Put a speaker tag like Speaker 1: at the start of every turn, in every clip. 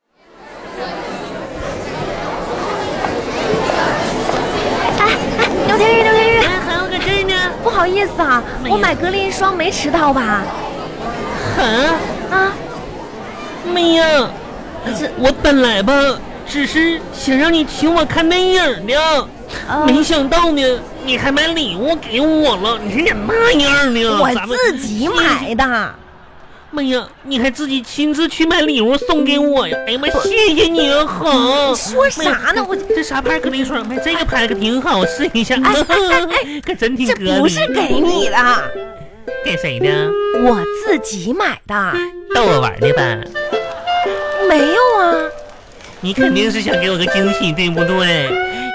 Speaker 1: 哎
Speaker 2: 啊
Speaker 1: 好意思啊，我买隔离一霜没迟到吧？
Speaker 2: 啊，
Speaker 1: 啊，
Speaker 2: 妹呀，
Speaker 1: 这
Speaker 2: 我本来吧，只是想让你请我看电影的，
Speaker 1: 呃
Speaker 2: 没想到呢，你还买礼物给我了，你是人嘛样呢？
Speaker 1: 我
Speaker 2: 啊咱们
Speaker 1: 自己买的。
Speaker 2: 妈呀，你还自己亲自去买礼物送给我呀！哎呀妈，谢谢你啊，好。
Speaker 1: 说啥呢我
Speaker 2: 这啥牌隔离霜？妈，这个牌可挺好，试一下。 可真挺
Speaker 1: 哎这
Speaker 2: 隔离。
Speaker 1: 不是给你的，
Speaker 2: 给谁的？
Speaker 1: 我自己买的。
Speaker 2: 逗我玩的吧？
Speaker 1: 没有啊，
Speaker 2: 你肯定是想给我个惊喜，对不对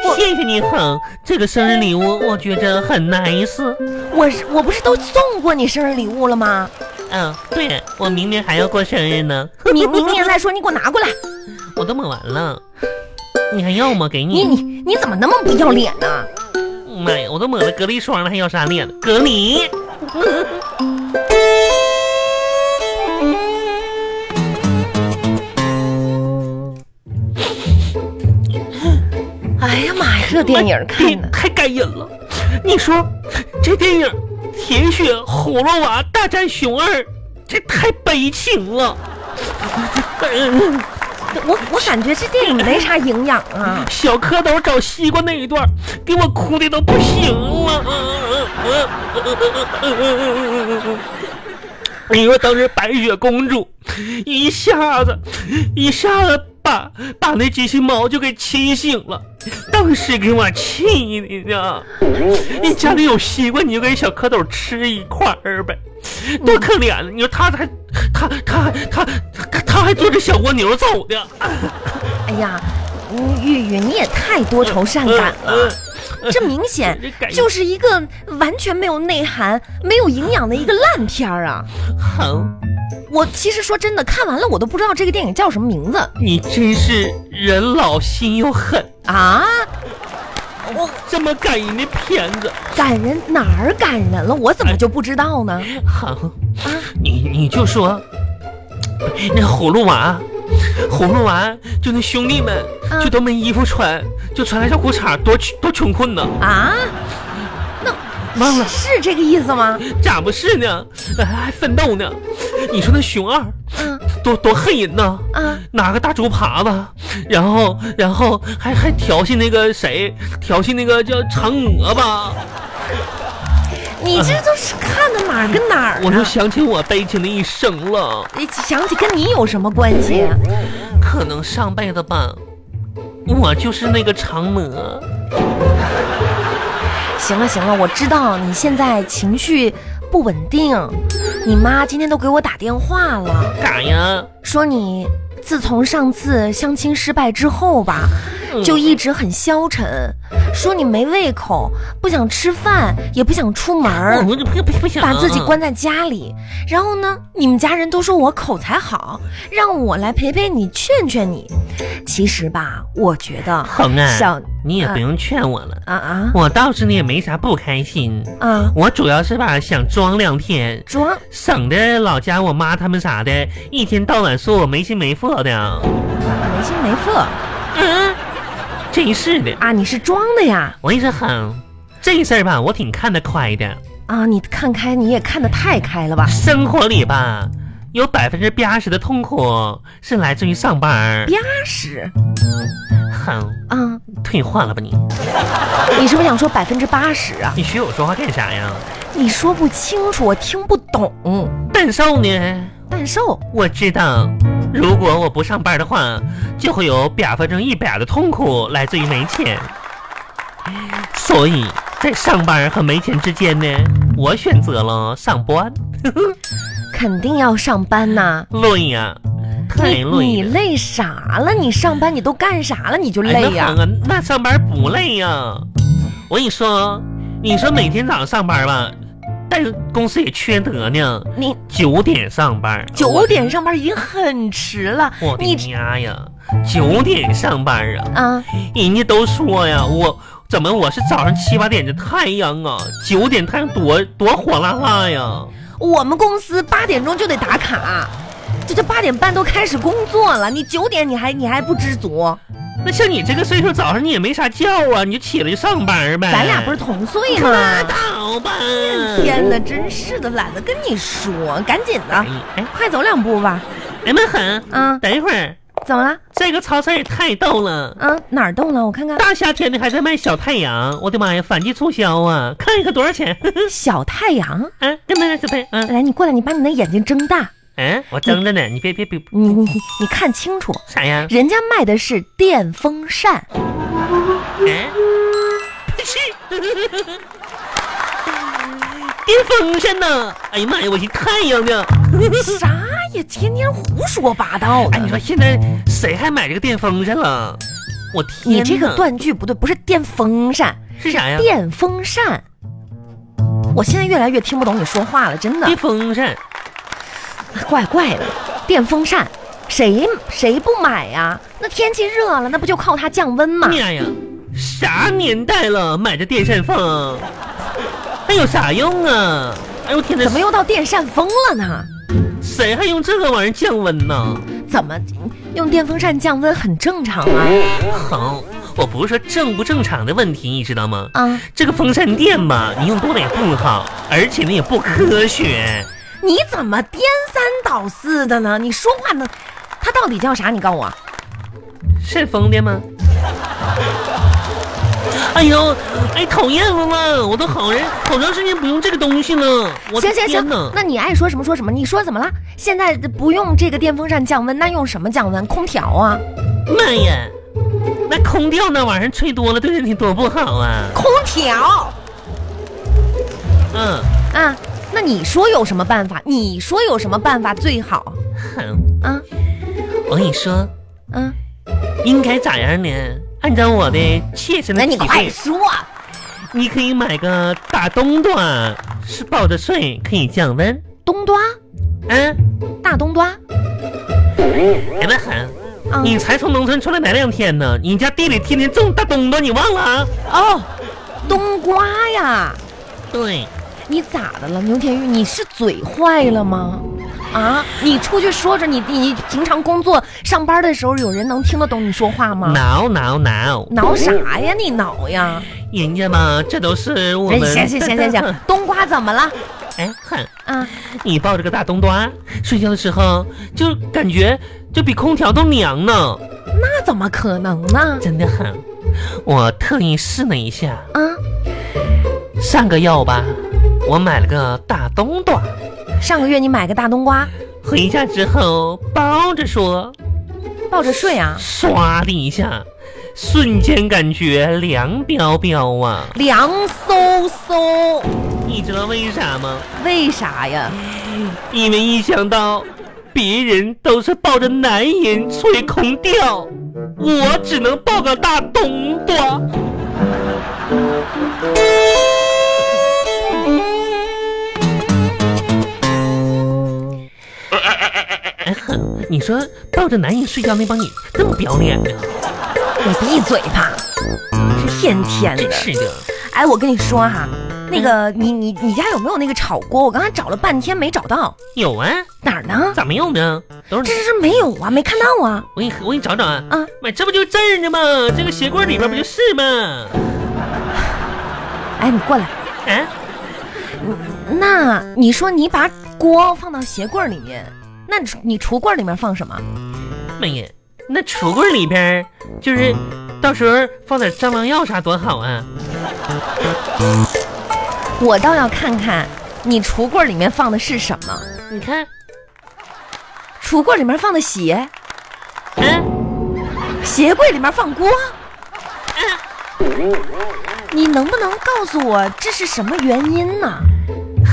Speaker 1: 我？
Speaker 2: 谢谢你好，这个生日礼物我觉着很 nice。
Speaker 1: 我是我不是都送过你生日礼物了吗？
Speaker 2: 嗯，对我明年还要过生日呢，
Speaker 1: 你 明年再说，你给我拿过来。
Speaker 2: 我都抹完了，你还要吗？给
Speaker 1: 你你你怎么那么不要脸呢？
Speaker 2: 妈呀，我都抹了隔离霜了，还要啥脸？隔离。
Speaker 1: 哎呀妈呀，这电影看的，
Speaker 2: 哎太感人了。你说这电影《铁血葫芦娃大战熊二》，这太悲情了。
Speaker 1: 我我感觉这电影没啥营养啊。
Speaker 2: 小蝌蚪找西瓜那一段，给我哭的都不行了。你说当时白雪公主一下子一下子把把那机器猫就给气醒了，当时给我气的呀！你家里有西瓜，你就给小蝌蚪吃一块儿呗，多可怜啊！你说他还他他他他他还坐着小蜗牛走的。
Speaker 1: 哎呀，嗯玉玉，你也太多愁善感
Speaker 2: 嗯
Speaker 1: 了。这明显
Speaker 2: 这感觉
Speaker 1: 就是一个完全没有内涵、没有营养的一个烂片儿啊！
Speaker 2: 嗯好，
Speaker 1: 我其实说真的，看完了我都不知道这个电影叫什么名字
Speaker 2: 你真是人老心又狠，
Speaker 1: 啊！我
Speaker 2: 这么感人的片子。
Speaker 1: 感人哪儿感人了？我怎么就不知道呢？
Speaker 2: 好，
Speaker 1: 啊，
Speaker 2: 你你就说，那葫芦娃，葫芦娃就那兄弟们
Speaker 1: 啊
Speaker 2: 就都没衣服穿，就穿个小裤衩，多穷多穷困呢。
Speaker 1: 啊，那
Speaker 2: 忘了
Speaker 1: 是是这个意思吗？
Speaker 2: 咋不是呢？哎还奋斗呢。你说那熊二
Speaker 1: 嗯
Speaker 2: 多多恨人呐。
Speaker 1: 啊
Speaker 2: 拿个大竹耙子，然后，然后还还调戏那个谁，调戏那个叫嫦娥吧。
Speaker 1: 你这都是看的哪儿跟哪儿
Speaker 2: 我就
Speaker 1: 呢？
Speaker 2: 想起我悲情的一生了，
Speaker 1: 你想起跟你有什么关系？啊
Speaker 2: 可能上辈子吧，我就是那个嫦娥。
Speaker 1: 行了行了，我知道你现在情绪不稳定，你妈今天都给我打电话了，
Speaker 2: 干呀？
Speaker 1: 说你自从上次相亲失败之后吧，
Speaker 2: 嗯
Speaker 1: 就一直很消沉，说你没胃口，不想吃饭，也不想出门
Speaker 2: 我
Speaker 1: 儿。
Speaker 2: 我就不不不想啊
Speaker 1: 把自己关在家里，然后呢，你们家人都说我口才好，让我来陪陪你，劝劝你。其实吧，我觉得
Speaker 2: 红
Speaker 1: 小
Speaker 2: 啊，你也
Speaker 1: 啊
Speaker 2: 不用劝我了，
Speaker 1: 啊啊
Speaker 2: 我倒是呢也没啥不开心，
Speaker 1: 啊，
Speaker 2: 我主要是吧想装两天。
Speaker 1: 装
Speaker 2: 省得老家我妈他们啥的，一天到晚说我没心没肺的，
Speaker 1: 没心没肺
Speaker 2: 嗯，真是的。
Speaker 1: 啊，你是装的呀？
Speaker 2: 我跟你说，哼，这事儿吧，我挺看得开的。
Speaker 1: 啊，你看开，你也看得太开了吧？
Speaker 2: 生活里吧，有百分之八十的痛苦是来自于上班儿。
Speaker 1: 八十
Speaker 2: 哼，
Speaker 1: 啊，
Speaker 2: 退化了吧你？
Speaker 1: 你是不是想说百分之八十啊？
Speaker 2: 你学我说话干啥呀？
Speaker 1: 你说不清楚，我听不懂。
Speaker 2: 但瘦呢？
Speaker 1: 但哦瘦
Speaker 2: 我知道，如果我不上班的话，就会有百分之一百的痛苦来自于没钱。所以在上班和没钱之间呢，我选择了上班。
Speaker 1: 肯定要上班呐、
Speaker 2: 累呀、太
Speaker 1: 你你
Speaker 2: 累了。
Speaker 1: 累啥了？你上班你都干啥了？你就
Speaker 2: 哎
Speaker 1: 累呀、
Speaker 2: 那哼啊，那上班不累呀、我跟你说，你说每天早上上班吧，但是公司也缺德呢，
Speaker 1: 你
Speaker 2: 九点上班，
Speaker 1: 九点上班已经很迟了
Speaker 2: 我，的
Speaker 1: 你
Speaker 2: 妈呀，九点上班啊！
Speaker 1: 啊，
Speaker 2: 人家都说呀，我怎么我是早上七八点的太阳啊，九点太阳多多火辣辣呀！
Speaker 1: 我们公司八点钟就得打卡，这这八点半都开始工作了，你九点你还你还不知足？
Speaker 2: 那像你这个岁数，早上你也没啥觉啊，你就起来就上班呗。
Speaker 1: 咱俩不是同岁吗？
Speaker 2: 拉倒吧！
Speaker 1: 天哪，真是的，懒得跟你说，赶紧的，
Speaker 2: 哎
Speaker 1: 快走两步吧。
Speaker 2: 哎，慢狠！
Speaker 1: 啊，
Speaker 2: 等一会儿，
Speaker 1: 怎么了？
Speaker 2: 这个超市也太逗了。
Speaker 1: 啊，哪儿动了？我看看。
Speaker 2: 大夏天的还在卖小太阳，我的妈呀！反季促销啊，看一看多少钱？
Speaker 1: 小太阳，
Speaker 2: 啊，跟卖小太阳，嗯、
Speaker 1: 来，你过来，你把你的眼睛睁大，
Speaker 2: 嗯，我睁着呢，你别别别，
Speaker 1: 你你你看清楚，
Speaker 2: 啥呀？
Speaker 1: 人家卖的是电风扇。
Speaker 2: 嗯，去， 电风扇呢？哎呀妈呀，我寻太阳呢。
Speaker 1: 啥呀？天天胡说八道
Speaker 2: 哎，你说
Speaker 1: 呢！
Speaker 2: 现在谁还买这个电风扇了？我天
Speaker 1: 你
Speaker 2: 哪，
Speaker 1: 这个断句不对，不是电风扇，
Speaker 2: 是啥哎呀？
Speaker 1: 电风扇。我现在越来越听不懂你说话了，真的
Speaker 2: 电风扇，
Speaker 1: 怪怪的。电风扇，谁谁不买呀、那天气热了，那不就靠它降温吗？
Speaker 2: 哎妈呀，啥年代了，买这电扇风，那有啥用啊？哎呦天哪，
Speaker 1: 怎么又到电扇风了呢？
Speaker 2: 谁还用这个玩意儿降温呢？
Speaker 1: 怎么用电风扇降温很正常啊？
Speaker 2: 好，我不是说正不正常的问题，你知道吗？
Speaker 1: 啊，
Speaker 2: 这个风扇垫吧，你用多了也不好，而且呢也不科学。
Speaker 1: 你怎么颠三倒四的呢？你说话呢？它到底叫啥？你告诉我。
Speaker 2: 扇风的吗？哎呦，哎，讨厌了嘛！我都好人好长时间不用这个东西了。我的
Speaker 1: 行行
Speaker 2: 天
Speaker 1: 行
Speaker 2: 呐，，
Speaker 1: 那你爱说什么说什么。你说怎么了？现在不用这个电风扇降温，那用什么降温？空调啊，
Speaker 2: 妈呀，那空调那玩意儿吹多了对身体多不好啊！
Speaker 1: 空调
Speaker 2: 嗯，
Speaker 1: 啊。那你说有什么办法？你说有什么办法最好
Speaker 2: 哼，
Speaker 1: 啊？
Speaker 2: 我跟你说，
Speaker 1: 嗯，
Speaker 2: 应该咋样呢？按照我的切身的
Speaker 1: 那
Speaker 2: 体
Speaker 1: 你快
Speaker 2: 会，
Speaker 1: 说，
Speaker 2: 你可以买个大冬瓜，是抱着睡可以降温。
Speaker 1: 冬瓜，
Speaker 2: 啊，
Speaker 1: 大冬瓜
Speaker 2: 哎妈狠！
Speaker 1: 啊。
Speaker 2: 你才从农村出来没两天呢，你家地里天天种大冬瓜，你忘了啊？
Speaker 1: 哦，冬瓜呀，
Speaker 2: 对。
Speaker 1: 你咋的了，牛田玉？你是嘴坏了吗？啊，你出去说说，你你你平常工作上班的时候，有人能听得懂你说话吗？
Speaker 2: 挠挠挠，
Speaker 1: 挠啥呀？你挠呀？
Speaker 2: 人家嘛，这都是我
Speaker 1: 哎
Speaker 2: 们。
Speaker 1: 行行行行 行，冬瓜怎么了？
Speaker 2: 哎哼，
Speaker 1: 啊，
Speaker 2: 你抱着个大冬瓜，睡觉的时候就感觉就比空调都凉呢，
Speaker 1: 那怎么可能啊呢？
Speaker 2: 真的很。我特意试了一下，
Speaker 1: 啊，
Speaker 2: 上个药吧，我买了个大冬瓜，
Speaker 1: 上个月你买个大冬瓜，
Speaker 2: 回家之后抱着说，
Speaker 1: 抱着睡啊，
Speaker 2: 唰的一下，瞬间感觉凉飙飙啊！
Speaker 1: 凉飕飕，
Speaker 2: 你知道为啥吗？
Speaker 1: 为啥呀？
Speaker 2: 因为一想到别人都是抱着男人吹空调，我只能抱个大冬瓜。哎哼，你说抱着男人睡觉那帮你这么不要脸呢？
Speaker 1: 你闭嘴吧，天天
Speaker 2: 真
Speaker 1: 的。
Speaker 2: 是的，
Speaker 1: 哎，我跟你说哈，那个你你你家有没有那个炒锅？我刚才找了半天没找到，
Speaker 2: 有啊，
Speaker 1: 哪儿呢？
Speaker 2: 咋没有呢？等会
Speaker 1: 这
Speaker 2: 儿
Speaker 1: 是没有啊，没看到啊。
Speaker 2: 我给你我给你找找啊。
Speaker 1: 啊，
Speaker 2: 妈，这不就这儿呢吗？这个鞋柜里边不就是吗？
Speaker 1: 哎，你过来。
Speaker 2: 哎。
Speaker 1: 那你说你把锅放到鞋柜里面，那你你橱柜里面放什么？
Speaker 2: 妈呀，那橱柜里边儿就是，到时候放点蟑螂药啥多好啊！
Speaker 1: 我倒要看看你橱柜里面放的是什么。
Speaker 2: 你看，
Speaker 1: 橱柜里面放的鞋，
Speaker 2: 哎，
Speaker 1: 鞋柜里面放锅。你能不能告诉我这是什么原因呢？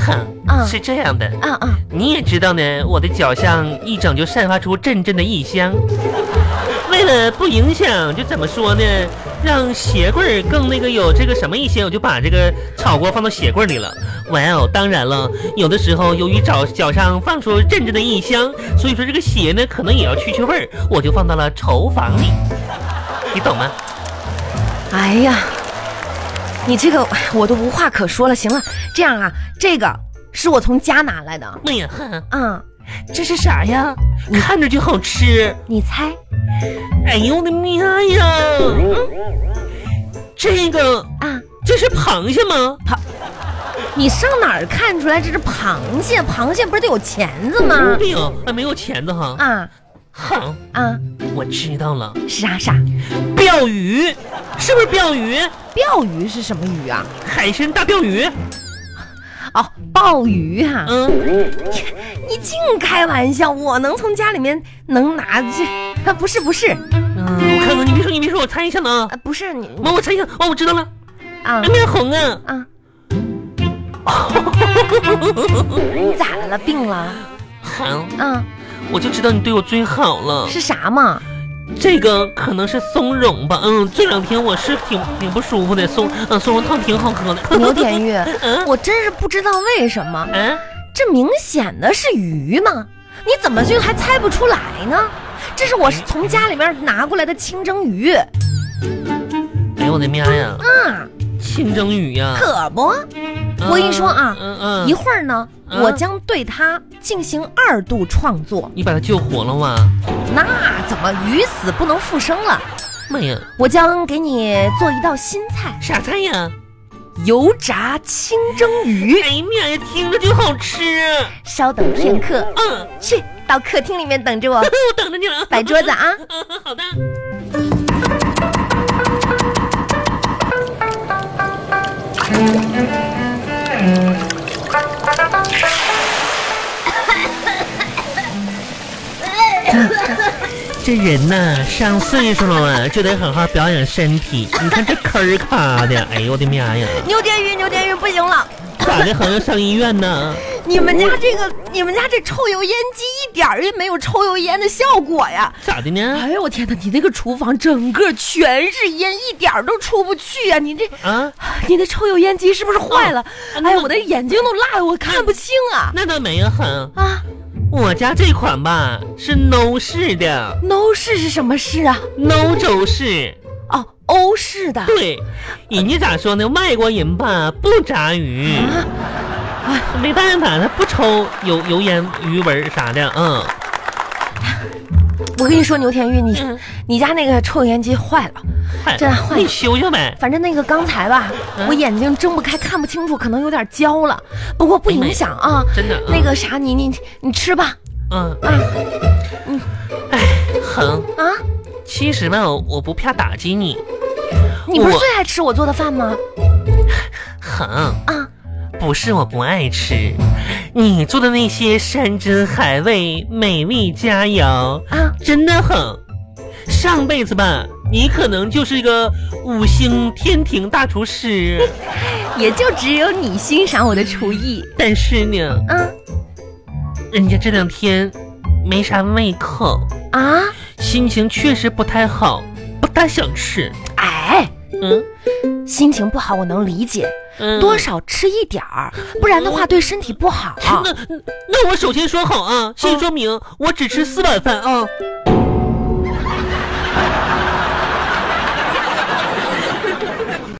Speaker 2: 哼，
Speaker 1: 啊
Speaker 2: 是这样的，
Speaker 1: 啊啊！
Speaker 2: 你也知道呢，我的脚上一整就散发出阵阵的异香。为了不影响，就怎么说呢，让鞋柜儿更那个有这个什么一些，我就把这个炒锅放到鞋柜里了。哇哦，当然了，有的时候由于脚脚上放出阵阵的异香，所以说这个鞋呢可能也要去去味儿，我就放到了厨房里，你懂吗？
Speaker 1: 哎呀，你这个哎我都无话可说了。行了，这样啊，这个是我从家拿来的。
Speaker 2: 哎呀，哼
Speaker 1: 啊、嗯，
Speaker 2: 这是啥呀？看着就好吃。
Speaker 1: 你猜，
Speaker 2: 哎呦我的妈呀！嗯这个
Speaker 1: 啊，
Speaker 2: 这是螃蟹吗？
Speaker 1: 你上哪儿看出来这是螃蟹？螃蟹不是得有钳子吗？
Speaker 2: 没有，还没有钳子哈。
Speaker 1: 啊
Speaker 2: 好，
Speaker 1: 啊，
Speaker 2: 我知道了，
Speaker 1: 是啥啥？
Speaker 2: 鳔鱼，是不是鳔鱼？
Speaker 1: 鲍鱼是什么鱼啊？
Speaker 2: 海参大鳔鱼？
Speaker 1: 哦，鲍鱼哈、
Speaker 2: 嗯，
Speaker 1: 你净开玩笑，我能从家里面能拿这？啊，不是不是，嗯
Speaker 2: 我看看，你别说，你别说，我猜一下了啊
Speaker 1: 啊，。不是你
Speaker 2: 妈，我猜一下，哦，我知道了，
Speaker 1: 啊
Speaker 2: 哎面红啊。
Speaker 1: 啊，你 咋的了？病了？
Speaker 2: 好，
Speaker 1: 啊，
Speaker 2: 我就知道你对我最好了。
Speaker 1: 是啥 嘛？
Speaker 2: 这个可能是松茸吧，嗯，这两天我是挺挺不舒服的，松嗯松茸汤挺好喝的。
Speaker 1: 牛田玉，
Speaker 2: 嗯
Speaker 1: 我真是不知道为什 么，
Speaker 2: 嗯，
Speaker 1: 这明显的是鱼嘛，你怎么就还猜不出来呢？这是我是从家里面拿过来的清蒸鱼，
Speaker 2: 哎呦我的妈呀，
Speaker 1: 啊，
Speaker 2: 清蒸鱼呀！
Speaker 1: 可不，
Speaker 2: 嗯
Speaker 1: 我跟你说啊
Speaker 2: 嗯嗯，
Speaker 1: 一会儿呢，
Speaker 2: 嗯
Speaker 1: 我将对它进行二度创作。
Speaker 2: 你把它救活了吗？
Speaker 1: 那怎么鱼死不能复生了？
Speaker 2: 妈呀，
Speaker 1: 我将给你做一道新菜
Speaker 2: 啥菜呀？
Speaker 1: ——油炸清蒸鱼。
Speaker 2: 哎呀妈呀，听着就好吃。
Speaker 1: 稍等片刻，
Speaker 2: 嗯，
Speaker 1: 去到客厅里面等 着我，
Speaker 2: 我等着你了。
Speaker 1: 摆桌子啊！
Speaker 2: 嗯，好的。这人呐，上岁数了啊，就得好好保养身体。你看这坑儿卡的，哎呦我的妈呀，
Speaker 1: 牛田玉，牛田玉，不行了，
Speaker 2: 咋的，好像上医院呢？
Speaker 1: 你们家这个，你们家这抽油烟机一点儿也没有抽油烟的效果呀！
Speaker 2: 咋的呢？
Speaker 1: 哎呦我天哪，你那个厨房整个全是烟，一点儿都出不去呀、你这，
Speaker 2: 啊，
Speaker 1: 你的抽油烟机是不是坏了？
Speaker 2: 那
Speaker 1: 哎呀，我的眼睛都辣，我看不清啊！
Speaker 2: 那倒没有很，
Speaker 1: 啊
Speaker 2: 我家这款吧是 no 式的
Speaker 1: ，no 式是什么式啊？
Speaker 2: ，no 轴式。
Speaker 1: 哦，欧式的。
Speaker 2: 对，人家咋说呢？外国人吧不炸鱼，没办法，他不抽油油烟鱼纹儿啥的，嗯，
Speaker 1: 我跟你说，牛田玉，你、
Speaker 2: 嗯
Speaker 1: 你家那个抽油烟机坏了，
Speaker 2: 嗨
Speaker 1: 这换
Speaker 2: 你修修呗。
Speaker 1: 反正那个刚才吧，
Speaker 2: 嗯
Speaker 1: 我眼睛睁不开，看不清楚，可能有点焦了，不过不影响啊。
Speaker 2: 真的，嗯
Speaker 1: 那，个啥，你你你吃吧
Speaker 2: 嗯，
Speaker 1: 啊
Speaker 2: 哎，哼，
Speaker 1: 啊！
Speaker 2: 其实吧，我我不怕打击你，
Speaker 1: 你不是
Speaker 2: 我
Speaker 1: 最爱吃我做的饭吗？
Speaker 2: 哼，
Speaker 1: 啊，
Speaker 2: 不是我不爱吃，你做的那些山珍海味、美味佳肴
Speaker 1: 啊，
Speaker 2: 真的很。上辈子吧，你可能就是个五星天庭大 厨师，
Speaker 1: 也就只有你欣赏我的厨艺
Speaker 2: 但是呢，
Speaker 1: 啊
Speaker 2: 人家这两天没啥胃口，
Speaker 1: 啊！
Speaker 2: 心情确实不太好，不大想吃。
Speaker 1: 哎，
Speaker 2: 嗯
Speaker 1: 心情不好我能理解，
Speaker 2: 嗯，
Speaker 1: 多少吃一点儿，不然的话对身体不好。
Speaker 2: 那那那我首先说好啊，先说明我只吃四碗饭啊。